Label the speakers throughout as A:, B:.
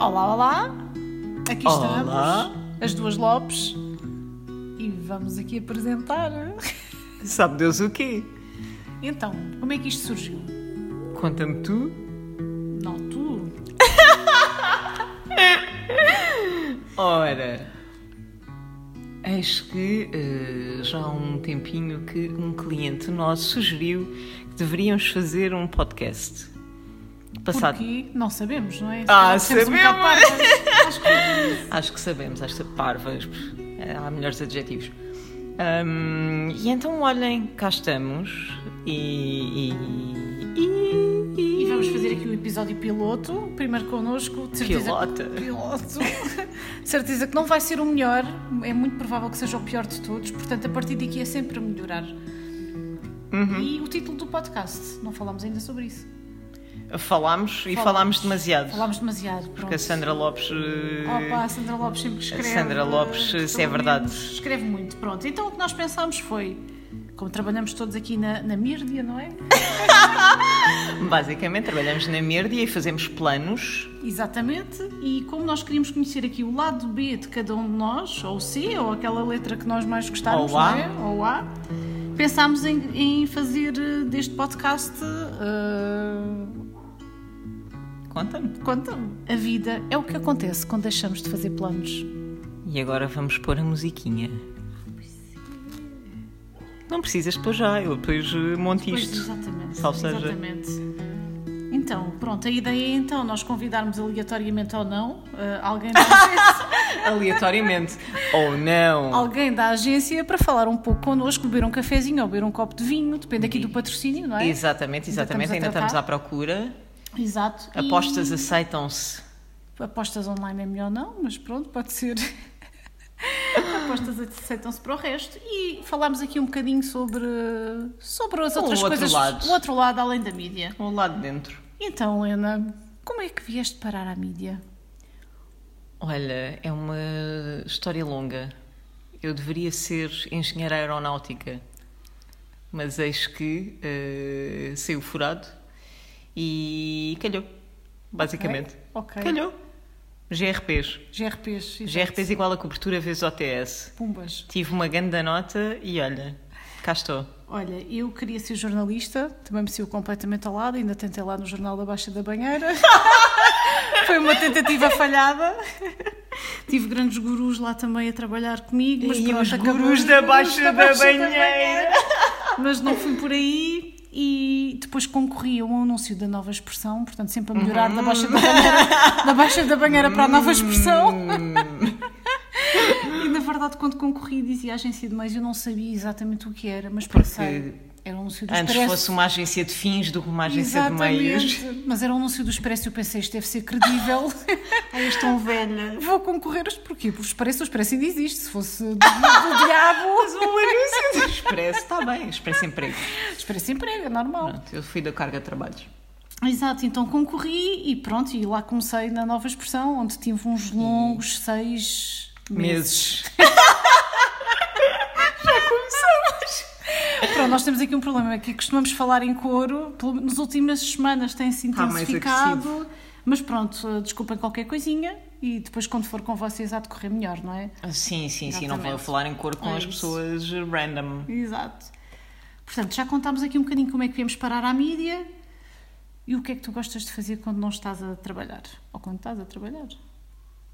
A: Olá, olá! Aqui
B: Olá.
A: estamos, as duas Lopes, e vamos aqui apresentar.
B: Sabe Deus o quê?
A: Então, como é que isto surgiu?
B: Conta-me tu.
A: Não, tu?
B: Ora, eis que eh, já há um tempinho que um cliente nosso sugeriu que deveríamos fazer um podcast. Passado.
A: Porque não sabemos, não é?
B: Ah,
A: Temos um
B: sabemos.
A: bocado parvas. Acho que-
B: Acho que sabemos, esta parvas. eh, Há melhores adjetivos. Ahm, e então, olhem, cá estamos e. e- e-
A: E vamos fazer aqui o episódio piloto, primeiro connosco. de certeza-
B: Pilota.
A: Piloto. De certeza que não vai ser o melhor, é muito provável que seja o pior de todos, portanto a partir daqui é sempre a melhorar.
B: Uhum.
A: E o título do podcast, não falámos ainda sobre isso.
B: Falámos e falámos demasiado.
A: Falámos demasiado, pronto.
B: Porque a Sandra Lopes. eh,
A: Opa, a Sandra Lopes sempre que escreve.
B: Sandra Lopes,
A: pelo
B: isso é verdade.
A: menos Escreve muito, pronto. Então o que nós pensámos foi, como trabalhamos todos aqui na, na Mírdia, não é?
B: Basicamente, trabalhamos na Mérdia e fazemos planos.
A: Exatamente. E como nós queríamos conhecer aqui o lado B de cada um de nós, ou C, ou aquela letra que nós mais gostarmos,
B: Ou A.
A: não é? Ou A, pensámos em, em fazer eh, deste podcast. eh,
B: Conta-me.
A: Conta-me. A vida é o que acontece quando deixamos de fazer planos.
B: E agora vamos pôr a musiquinha. Não precisas pôr já, eu depois eh, monto
A: Pois,
B: isto.
A: exatamente.
B: Ou seja-
A: Exatamente. Então, pronto, a ideia é então nós convidarmos aleatoriamente ou não eh, alguém, da agência,
B: Aleatoriamente. Ou não.
A: alguém da agência para falar um pouco connosco, beber um cafezinho ou beber um copo de vinho, depende aqui do patrocínio, não é?
B: Exatamente, exatamente.
A: Ainda
B: Ainda
A: estamos
B: estamos
A: a
B: à procura.
A: Exato. E
B: Apostas aceitam-se.
A: apostas online é melhor não, mas pronto, pode ser. apostas aceitam-se para o resto. E falámos aqui um bocadinho sobre, sobre as
B: O
A: outras
B: Um outro
A: coisas,
B: lado.
A: o outro lado além da mídia.
B: Ou lá de Um dentro.
A: Então, Helena, como é que vieste parar à mídia?
B: Olha, é uma história longa. Eu deveria ser engenheira aeronáutica, mas eis que eh, saiu furado e calhou, basicamente.
A: É, Ok.
B: Calhou. GRPs.
A: GRPs. exato.
B: GRPs igual a cobertura vezes OTS.
A: Pumbas.
B: Tive uma grande nota e olha, cá estou.
A: Olha, eu queria ser jornalista, também me saiu completamente ao lado, ainda tentei lá no Jornal da Baixa da Banheira. Foi uma tentativa falhada. Tive grandes gurus lá também a trabalhar comigo. Mas
B: E
A: pronto,
B: os
A: acabou-
B: gurus
A: os
B: da
A: gurus
B: Baixa da Banheira.
A: Mas não fui por aí e depois concorri a um anúncio da nova expressão, portanto sempre a melhorar da Baixa
B: Uhum.
A: da Banheira, da Baixa da Banheira para a nova expressão. E na verdade, quando concorri, dizia agência de meios, eu não sabia exatamente o que era, mas pensei. Era um anúncio do
B: Antes
A: Expresso.
B: fosse uma agência de fins do que uma agência
A: Exatamente.
B: de meios.
A: Mas era um anúncio do Expresso e eu pensei, isto deve ser credível.
B: Ai, estou velha.
A: Vou concorrer, mas porquê? Porque o Expresso, o Expresso ainda existe. Se fosse do, do diabo,
B: Mas um anúncio do Expresso, está bem, Expresso Emprego.
A: Expresso emprego, é normal.
B: Pronto, eu fui da carga de trabalhos.
A: Exato, então concorri e pronto, e lá comecei na nova expressão, onde tive uns longos seis meses.
B: Meses.
A: Pronto, nós temos aqui um problema, é que costumamos falar em coro, pelo- nas últimas semanas tem-se
B: Está Tá mais
A: intensificado, mas pronto, eh, desculpem qualquer coisinha e depois quando for com vocês há de correr melhor, não é?
B: Sim, sim, sim. Não vou
A: Exatamente.
B: falar em cor com
A: É
B: as
A: isso.
B: pessoas random.
A: Exato. Portanto, já contámos aqui um bocadinho como é que viemos parar à mídia e o que é que tu gostas de fazer quando não estás a trabalhar, ou quando estás a trabalhar.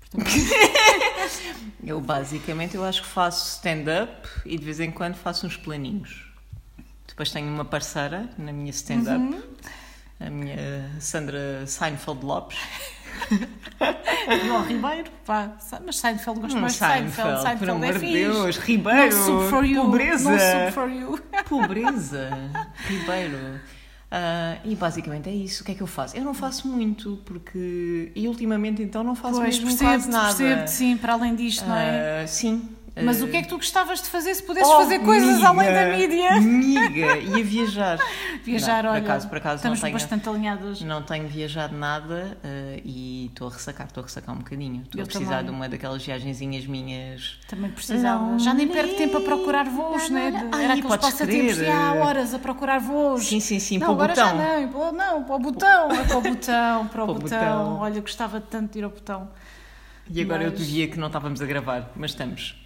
A: Portanto,
B: Eu basicamente eu acho que faço stand-up e de vez em quando faço uns planinhos. Depois tenho uma parceira na minha stand-up,
A: Uhum.
B: a minha Sandra Seinfeld Lopes.
A: João Ribeiro, pá, sa- mas Seinfeld gosto
B: Hum,
A: mais de Seinfeld. Seinfeld
B: por
A: é
B: amor de
A: fixe.
B: Deus,
A: Não
B: Ribeiro,
A: sub for you.
B: pobreza.
A: Não sub for you.
B: Pobreza, Ribeiro. Ah, e basicamente é isso. O que é que eu faço? Eu não faço muito, porque. E ultimamente então não faço
A: Pois,
B: mesmo quase
A: percebo,
B: nada.
A: percebo, sim, para além disto, não é?
B: Ah, oh, sim, Ah,
A: Mas o que é que tu gostavas de fazer se pudesses fazer coisas além da mídia?
B: Miga, ia viajar.
A: Viajar,
B: não,
A: olha,
B: Por acaso, por acaso não
A: estamos
B: tenho,
A: bastante alinhadas.
B: não tenho viajado nada eh, e estou a ressacar, estou a ressacar um bocadinho. Estou
A: Eu
B: a precisar
A: também.
B: de uma daquelas viagenzinhas minhas.
A: Também precisava. Já nem perco tempo a procurar voos, né?
B: Não, não,
A: Era
B: não. Ai,
A: aqueles
B: podes
A: passatempos de
B: crer.
A: há horas a procurar voos.
B: Sim, sim, sim,
A: não,
B: para o
A: agora
B: botão.
A: já não. Pô, Não, para o botão. É para o botão, para o
B: Para o
A: botão.
B: botão.
A: Olha, gostava tanto de ir ao botão.
B: E agora eu
A: Mas-
B: te via que não estávamos a gravar, mas estamos.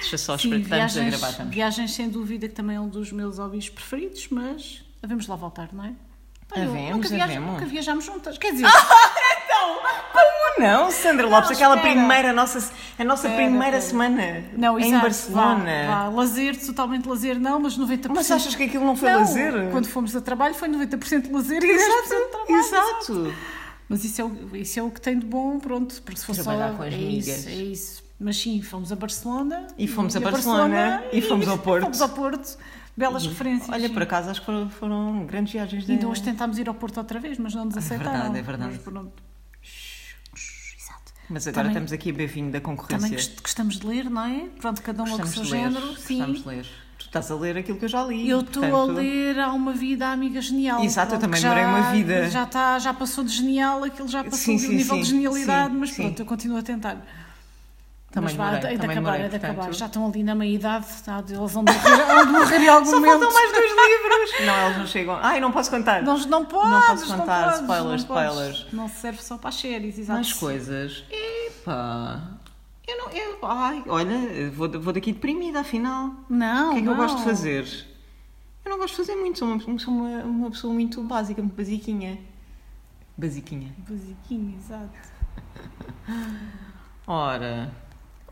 B: Deixa só
A: Sim,
B: esperar que estamos a
A: viagens,
B: gravar, estamos.
A: viagens sem dúvida que também é um dos meus hobbies preferidos, mas havemos lá voltar, não é? Olha,
B: Havemos,
A: nunca,
B: havemos. Ah!
A: nunca viajámos juntas. Quer dizer,
B: Como não, Sandra Lopes? Aquela
A: espera.
B: primeira, a nossa, a nossa
A: Espera,
B: primeira
A: espera.
B: semana
A: não,
B: em
A: exato,
B: Barcelona.
A: Vá, vá, lazer, totalmente lazer, não, mas 90%.
B: Mas achas que aquilo não foi
A: Não,
B: lazer?
A: Quando fomos a trabalho foi 90% lazer e 10% de
B: Exato,
A: trabalho.
B: exato.
A: Mas isso é, o, isso é o que tem de bom, pronto, porque se fosse
B: Trabalhar
A: só,
B: com as
A: é
B: migas.
A: Isso, é isso. Mas sim, fomos a Barcelona.
B: E fomos a Barcelona, e fomos ao Porto.
A: Fomos ao Porto. Belas referências.
B: Olha,
A: sim.
B: por acaso acho que foram, foram grandes
A: E
B: viagens.
A: então
B: De...
A: Ainda hoje tentámos ir ao Porto outra vez, mas não nos aceitaram.
B: verdade, é verdade.
A: Mas pronto. Exato.
B: Mas agora
A: Também-
B: estamos aqui a beber vinho da
A: Também
B: concorrência.
A: gost- gostamos de ler, não é? Pronto, cada um ao
B: Gostamos
A: seu
B: de ler,
A: género.
B: gostamos
A: Sim.
B: de ler. Tu estás a ler aquilo que eu já li.
A: Eu estou a
B: portanto,
A: ler Há uma vida amiga genial.
B: Exato, eu
A: Pronto,
B: também
A: que já-
B: demorei uma vida.
A: Já, está, já passou de genial, aquilo já passou
B: Sim,
A: de um
B: sim,
A: nível de
B: sim,
A: genialidade,
B: sim,
A: mas
B: sim.
A: pronto, eu continuo a tentar.
B: Também
A: mas vá,
B: demorei,
A: é de
B: também
A: acabar,
B: demorei,
A: é de acabar.
B: portanto.
A: Já estão ali na meia idade, tá? eles vão morrer, vão morrer em algum
B: Só
A: momento.
B: faltam mais dois livros! não, eles não chegam. Ai, não posso contar.
A: Não, não podes,
B: Não posso contar,
A: podes,
B: spoilers,
A: não podes.
B: spoilers.
A: Não serve só para as séries, exato.
B: Mais coisas. Epá. Eu não. Eu, ai, olha, vou, vou daqui deprimida, afinal.
A: Não,
B: o que é que
A: não.
B: eu gosto de fazer? Eu não gosto de fazer muito, sou uma, sou uma, uma pessoa muito básica, muito basiquinha. Basiquinha.
A: Basiquinho, exato.
B: Ora.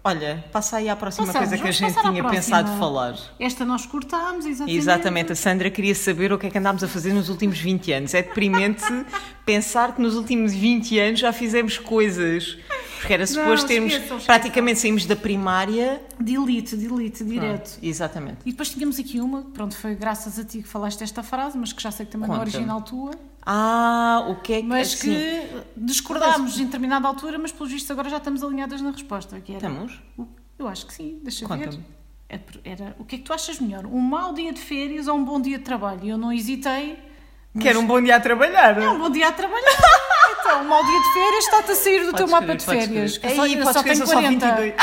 B: Olha, passa aí à próxima
A: Passamos,
B: coisa que a
A: vamos
B: gente
A: passar à
B: tinha
A: próxima.
B: pensado falar.
A: Esta nós cortámos, exatamente.
B: Exatamente, a Sandra queria saber o que é que andámos a fazer nos últimos 20 anos. É deprimente pensar que nos últimos 20 anos já fizemos coisas. Porque era suposto termos.
A: esqueçam, esqueçam.
B: praticamente saímos da primária.
A: Delete, delete, direto.
B: Pronto, exatamente.
A: E depois tínhamos aqui uma, pronto, foi graças a ti que falaste esta frase, mas que já sei que também não é
B: Conta-me.
A: original tua,
B: Ah, o que é que.
A: mas
B: assim,
A: que discordámos em determinada altura, mas pelos vistos agora já estamos alinhadas na resposta. Que era,
B: Estamos?
A: o- Eu acho que sim, deixa ver.
B: Tá Conta-me.
A: É por- Era, o que é que tu achas melhor? Um mau dia de férias ou um bom dia de trabalho? E eu não hesitei.
B: Que era um bom dia a trabalhar.
A: É um bom dia a trabalhar. Então, um mau dia de férias está-te a sair do teu
B: Podes
A: mapa
B: escrever,
A: de
B: podes
A: férias.
B: escrever.
A: Eu só,
B: Ei,
A: eu
B: podes
A: só
B: escrever,
A: tenho
B: sou
A: 40.
B: 22.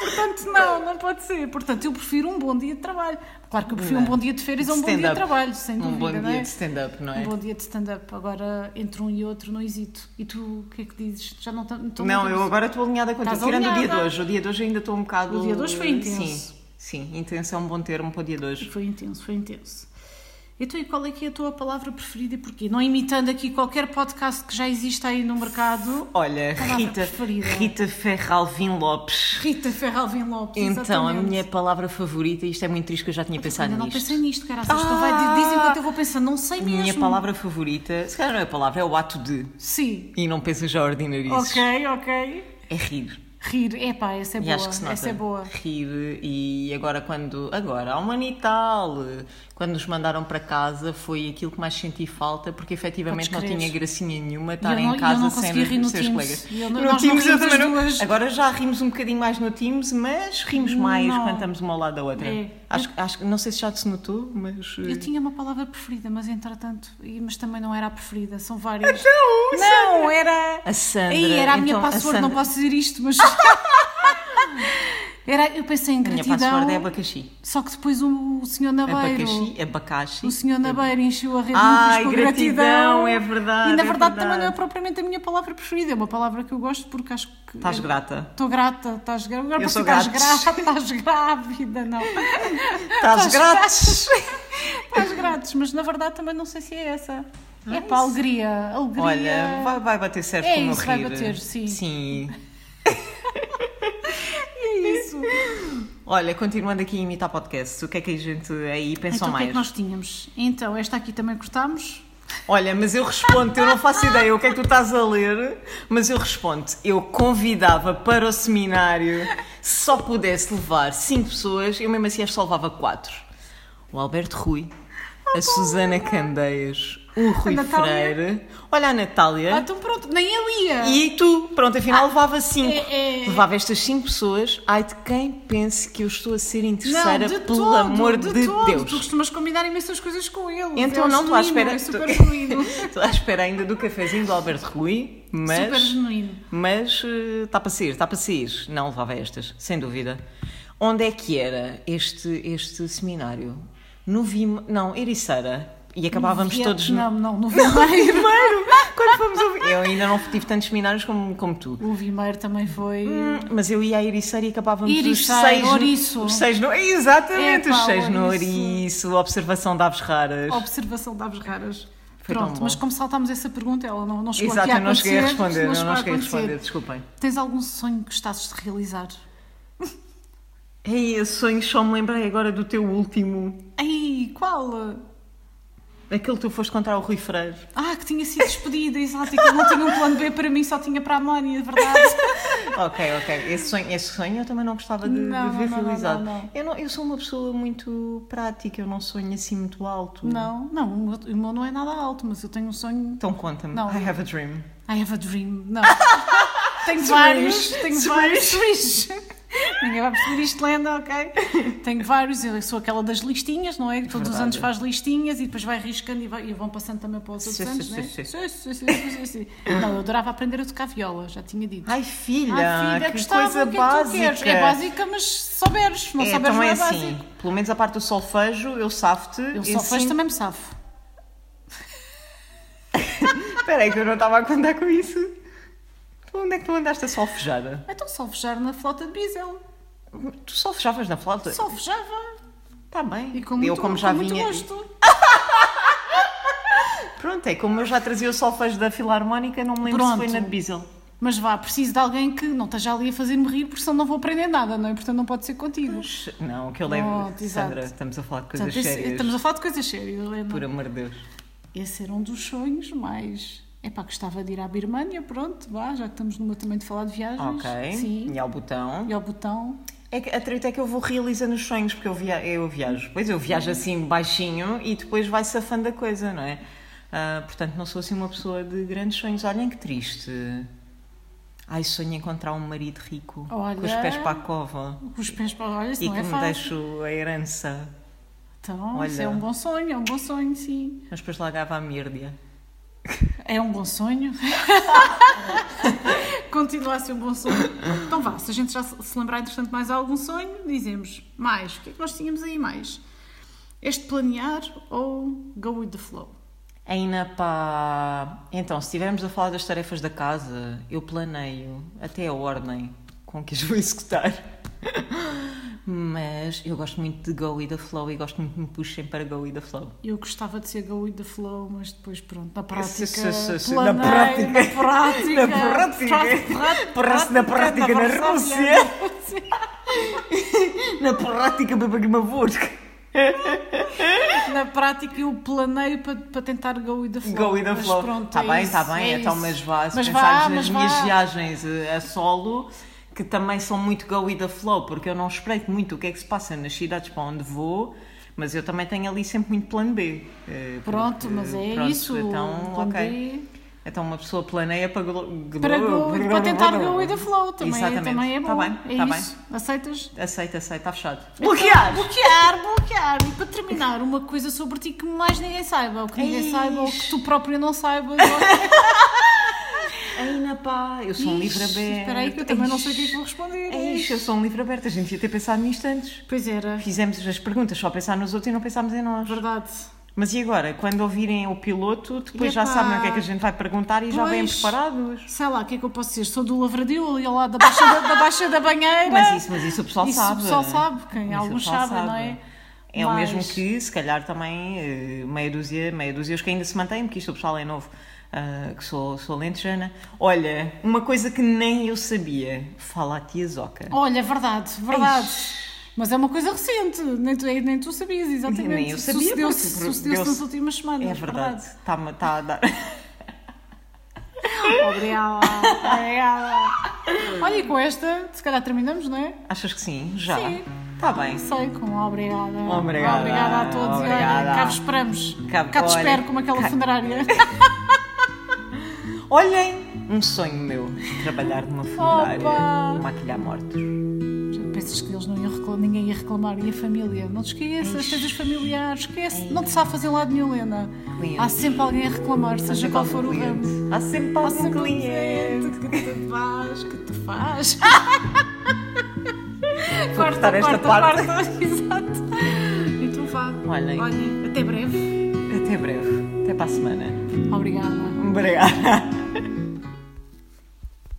A: Portanto, não, não pode ser. Portanto, eu prefiro um bom dia de trabalho. Claro que eu prefiro um
B: Não. é?
A: bom dia de férias a um bom dia de
B: Stand-up.
A: trabalho, sem dúvida,
B: Um bom
A: não
B: dia
A: é?
B: de stand-up, não é?
A: Um bom dia de stand-up. Agora, entre um e outro, não hesito. E tu, o que é que dizes? Já não estamos.
B: Não, eu agora estou alinhada contigo.
A: Estás
B: Tirando o dia de
A: alinhada.
B: hoje. O dia de hoje ainda estou um bocado.
A: O dia de hoje foi intenso.
B: Sim, sim. Intenso é um bom termo para o dia de hoje.
A: Foi intenso, foi intenso. Então, e qual é que é a tua palavra preferida e porquê? Não imitando aqui qualquer podcast que já existe aí no mercado.
B: Olha,
A: Palavra
B: Rita,
A: é preferida.
B: Rita Ferralvin Lopes.
A: Rita Ferralvin Lopes,
B: Então, a
A: exatamente.
B: minha palavra favorita, isto é muito triste que eu já tinha pensado
A: Ainda não
B: nisto.
A: pensei nisto, caraças. Ah,
B: Ah!
A: vai, dizem enquanto eu vou pensando, não sei
B: A
A: mesmo.
B: minha palavra favorita, se calhar não é a palavra, é o ato de.
A: Sim.
B: E não penso já ordinarices.
A: Ok, ok.
B: É rir.
A: Rir, epá, essa é
B: E
A: boa.
B: acho que se nota.
A: Essa é boa.
B: Hum. Rir. E agora, quando. Agora, há um ano e tal, quando nos mandaram para casa, foi aquilo que mais senti falta, porque efetivamente não
A: Podes crer.
B: tinha gracinha nenhuma estar
A: eu não-
B: em
A: e eu
B: casa
A: não
B: sem
A: conseguia rir no
B: os seus
A: Teams.
B: colegas.
A: E eu não- nós não rimos as duas.
B: Agora já rimos um bocadinho mais no Teams, mas rimos mais
A: Não.
B: quando estamos uma ao lado da outra.
A: É.
B: Acho, acho que- não sei se já te notou, mas. eh,
A: Eu tinha uma palavra preferida, mas entretanto, e- mas também não era a preferida, são várias.
B: Não,
A: Não, era.
B: A Sandra.
A: Aí era a minha
B: então,
A: password,
B: Sandra-
A: não posso dizer isto, mas. era, eu pensei em
B: A minha
A: gratidão.
B: password é abacaxi.
A: Só que depois o, o senhor Nabeiro.
B: Abacaxi, abacaxi.
A: O senhor Nabeiro encheu a rede
B: Ai,
A: de É com
B: gratidão,
A: gratidão.
B: é verdade,
A: E na
B: é
A: verdade também
B: verdade.
A: não é propriamente a minha palavra preferida, é uma palavra que eu gosto porque acho que.
B: Estás grata.
A: Estou grata, estás grávida. Agora
B: Eu
A: parece
B: sou
A: que estás
B: grátis.
A: grávida, estás grávida, não.
B: Estás grátis.
A: Estás grátis, mas na verdade também não sei se é essa. é para alegria, alegria.
B: Olha, vai, vai bater certo
A: É
B: com o meu
A: isso, vai
B: rir.
A: bater, sim.
B: Sim.
A: É isso.
B: Olha, continuando aqui a imitar podcasts, o que é que a gente aí
A: Então
B: pensou
A: o que é
B: mais?
A: que nós tínhamos? Então, esta aqui também cortámos.
B: Olha, mas eu respondo, eu não faço ideia o que é que tu estás a ler, mas eu respondo, eu convidava para o seminário, se só pudesse levar cinco pessoas, eu mesmo assim acho que só levava quatro. O Alberto Rui, a Susana Candeias, O Rui
A: Natália.
B: Freire. Olha a Natália.
A: Ah, então pronto, nem eu ia.
B: É? E tu, pronto, afinal levava cinco.
A: Ah, é, é.
B: Levava estas cinco pessoas. Ai, de quem pense que eu estou a ser interesseira,
A: de
B: pelo
A: todo,
B: amor de,
A: todo.
B: Deus.
A: Tu costumas combinar imensas coisas com ele.
B: Então não estou à espera.
A: É super
B: estou-
A: genuíno.
B: Estou à espera ainda do cafezinho do Alberto Rui,
A: Super
B: mas.
A: genuíno.
B: Mas está para sair, está para sair. Não levava estas, sem dúvida. Onde é que era este, este seminário? No Vim. Não, Ericeira. E acabávamos
A: Via-
B: todos no
A: é- Não, não, no Vimeiro.
B: primeiro. ah, Quando fomos ao... Eu ainda não tive tantos seminários como, como tu.
A: o Vimeiro também foi.
B: Hum, Mas eu ia a Ericeira e acabávamos
A: Ericeira,
B: os seis. no-
A: ouriço.
B: Os seis no, exatamente,
A: Epá,
B: os seis no
A: ouriço.
B: ouriço, observação de aves raras.
A: Observação de aves raras.
B: Foi tão
A: Pronto,
B: bom.
A: mas como saltámos essa pergunta, ela não, não chegou
B: Exato,
A: aqui a
B: eu não cheguei a
A: acontecer,
B: responder, eu
A: chegou
B: não cheguei a
A: acontecer.
B: responder, desculpem.
A: Tens algum sonho que gostasses de realizar?
B: Ei, esse sonho É só me lembrei agora do teu último.
A: Ei, qual?
B: Aquele que tu foste contar ao Rui Freire.
A: Ah, que tinha sido despedida, exato, e que ele não tinha um plano B para mim, só tinha para a Mónia, é verdade.
B: Ok, ok. Esse sonho, esse sonho eu também não gostava de, de
A: Não,
B: ver
A: não, não,
B: realizado.
A: não, não.
B: Eu, não- eu sou uma pessoa muito prática, eu não sonho assim muito alto.
A: Não, não, o meu- o meu não é nada alto, mas eu tenho um sonho.
B: Então conta-me.
A: Não.
B: I have a dream.
A: I have a dream. Não. tenho vários, tenho vários. Swish. Ninguém vai perceber isto lenda, ok? Tenho vários, eu sou aquela das listinhas, não é? Que todos os
B: Verdade.
A: anos faz listinhas e depois vai riscando e, vai- e vão passando também para os outros
B: Sim, sim,
A: anos,
B: sim,
A: não é?
B: sim.
A: Sim, sim, sim, sim, sim, sim. Não, eu adorava aprender a tocar viola, já tinha dito.
B: Ai, filha,
A: Ah, filha,
B: que
A: gostava,
B: coisa
A: o que é que tu
B: básica.
A: queres? É básica, mas se souberes, não
B: É,
A: souberes
B: então
A: não
B: é
A: é
B: assim.
A: básico.
B: Pelo menos a parte do solfejo, eu safo-te.
A: Eu só fez também me safo.
B: Espera aí, que eu não estava a contar com isso. Tu onde é que tu andaste a solfejada?
A: Então salvejar na flota de bisel.
B: Tu solfejavas na flauta?
A: Salvejava.
B: Está bem.
A: E com muito,
B: eu, como
A: com
B: já
A: muito
B: vinha.
A: gosto.
B: Pronto, é como eu já trazia o solfejo da Filarmónica, não me lembro
A: Pronto.
B: se foi na de Biesel.
A: Mas vá, preciso de alguém que não esteja ali a fazer-me rir, porque senão não vou aprender nada, não é? Portanto, não pode ser contigo.
B: Não, que eu lembro.
A: Pronto, exato.
B: Sandra, estamos a falar de coisas
A: Portanto, esse-
B: sérias.
A: estamos a falar de coisas sérias, Helena.
B: Por um- amor de Deus.
A: Esse era um dos sonhos, mas. É pá, gostava de ir à Birmânia, pronto, vá, já que estamos numa também de falar de viagens.
B: Ok.
A: Sim.
B: E ao botão.
A: E ao botão.
B: É que a treta é que eu vou realizando os sonhos, porque eu, via, eu viajo. Pois eu viajo assim baixinho e depois vai safando a coisa, não é? Ah, portanto, não sou assim uma pessoa de grandes sonhos. Olhem que triste. Ai, sonho em encontrar um marido rico com os
A: Olha.
B: pés para a cova
A: Com os pés para. Olha, isso
B: e
A: não
B: que
A: é
B: me
A: fácil.
B: deixo a herança.
A: Então, isso
B: Olha.
A: é um bom sonho, é um bom sonho, sim.
B: Mas depois largava a merda.
A: É um bom sonho. Continua a ser um bom sonho. Então vá, se a gente já se se lembrar, entretanto, mais algum sonho, dizemos mais. O que é que nós tínhamos aí mais? Este planear ou go with the flow?
B: Ainda pá. Então, se estivermos a falar das tarefas da casa, eu planeio até a ordem com que as vou executar. Mas eu gosto muito de go with the flow e gosto muito que me puxem para go with the flow.
A: Eu gostava de ser go with the flow, mas depois, pronto, na prática.
B: sim, sim, sim, na
A: planeio, Na prática.
B: prática. Na prática.
A: prática,
B: Parece na prática, na
A: Varsóvia.
B: Na prática, bebo aqui uma vodka.
A: Na prática, eu planeio para, para tentar go with the flow.
B: Go with the
A: mas
B: flow.
A: pronto,
B: tá
A: é
B: bem,
A: isso,
B: tá bem.
A: é
B: então,
A: isso.
B: mas vá, se
A: Mas
B: pensarmos
A: vá,
B: nas
A: mas
B: minhas
A: vá.
B: viagens eh, a solo, que também são muito go with the flow, porque eu não espreito muito o que é que se passa nas cidades para onde vou, mas eu também tenho ali sempre muito plano B. eh,
A: Pronto,
B: porque,
A: mas é
B: pronto,
A: isso.
B: Então,
A: Plano
B: ok.
A: B.
B: Então uma pessoa planeia para, glo- glo-
A: Para, go,
B: glo-
A: para tentar
B: glo-
A: go with the flow também, é-
B: Exatamente.
A: também é bom.
B: Tá bem,
A: é
B: tá
A: isso. Então- Aceitas?
B: bem. Aceita, aceita, está fechado.
A: Bloquear! Bloquear, bloquear. E para terminar, uma coisa sobre ti que mais ninguém saiba, ou que ninguém
B: Ixi.
A: saiba, ou que tu própria não saibas.
B: Ainda pá, eu sou um livro aberto.
A: Espera aí que eu também não sei o que é que vou responder.
B: É isso, eu sou um livro aberto. A gente ia ter pensado nisto antes.
A: Pois era,
B: Fizemos as perguntas só a pensar nos outros e não pensámos em nós.
A: verdade.
B: Mas e agora? Quando ouvirem o piloto, depois já
A: Epá.
B: sabem o que é que a gente vai perguntar e já vêm
A: Pois.
B: preparados.
A: Sei lá, o que é que eu posso dizer? Sou do Lavradio ali ao lado da Baixa da, da, baixa da Banheira.
B: Mas isso, mas isso o pessoal
A: é? Isso o
B: sabe.
A: pessoal sabe, quem
B: Isso o
A: alguns
B: pessoal
A: sabem, não é?
B: É o mesmo
A: Mas-
B: que, se calhar, também eh, meia dúzia, meia dúzia os que ainda se mantêm, porque isto o pessoal é novo, ah, que sou, sou lentejana. Olha, uma coisa que nem eu sabia, fala a tia Zoca.
A: Olha, verdade, verdade. Mas é uma coisa recente, nem tu, nem tu sabias, exatamente.
B: Nem eu sabia,
A: Sucedeu-se
B: porque- porque
A: sucedeu-se
B: deu-se-
A: nas últimas semanas.
B: é verdade, está-me tá a dar...
A: verdade. Obrigada, obrigada. Olha, e com esta, se calhar terminamos, não é?
B: Achas que sim? Já?
A: Sim.
B: Está bem.
A: Sei, com obrigada.
B: Obrigada.
A: Obrigada a todos e
B: Obrigada.
A: olha, cá vos esperamos.
B: Cá-
A: Cá, te
B: olha,
A: espero como aquela funerária.
B: Olhem, um sonho meu, trabalhar numa funerária,
A: Opa!
B: maquilhar mortos.
A: Pensas que eles não iam reclamar, ninguém ia reclamar, e a família? Não te esqueças, as coisas familiares, esquece,
B: É.
A: não te safas em lado nenhum, Helena.
B: Cliente.
A: Há sempre alguém a reclamar, seja
B: Sempre
A: qual
B: algum
A: for o
B: cliente.
A: ramo.
B: Há sempre
A: Há
B: algum
A: sempre um cliente
B: cliente.
A: que te faz, que te faz.
B: Vou cortar esta parte.
A: corta, exato. E tu vá.
B: Olhem.
A: Olhem, até breve.
B: Até breve. Até para a semana.
A: Obrigada.
B: Obrigada.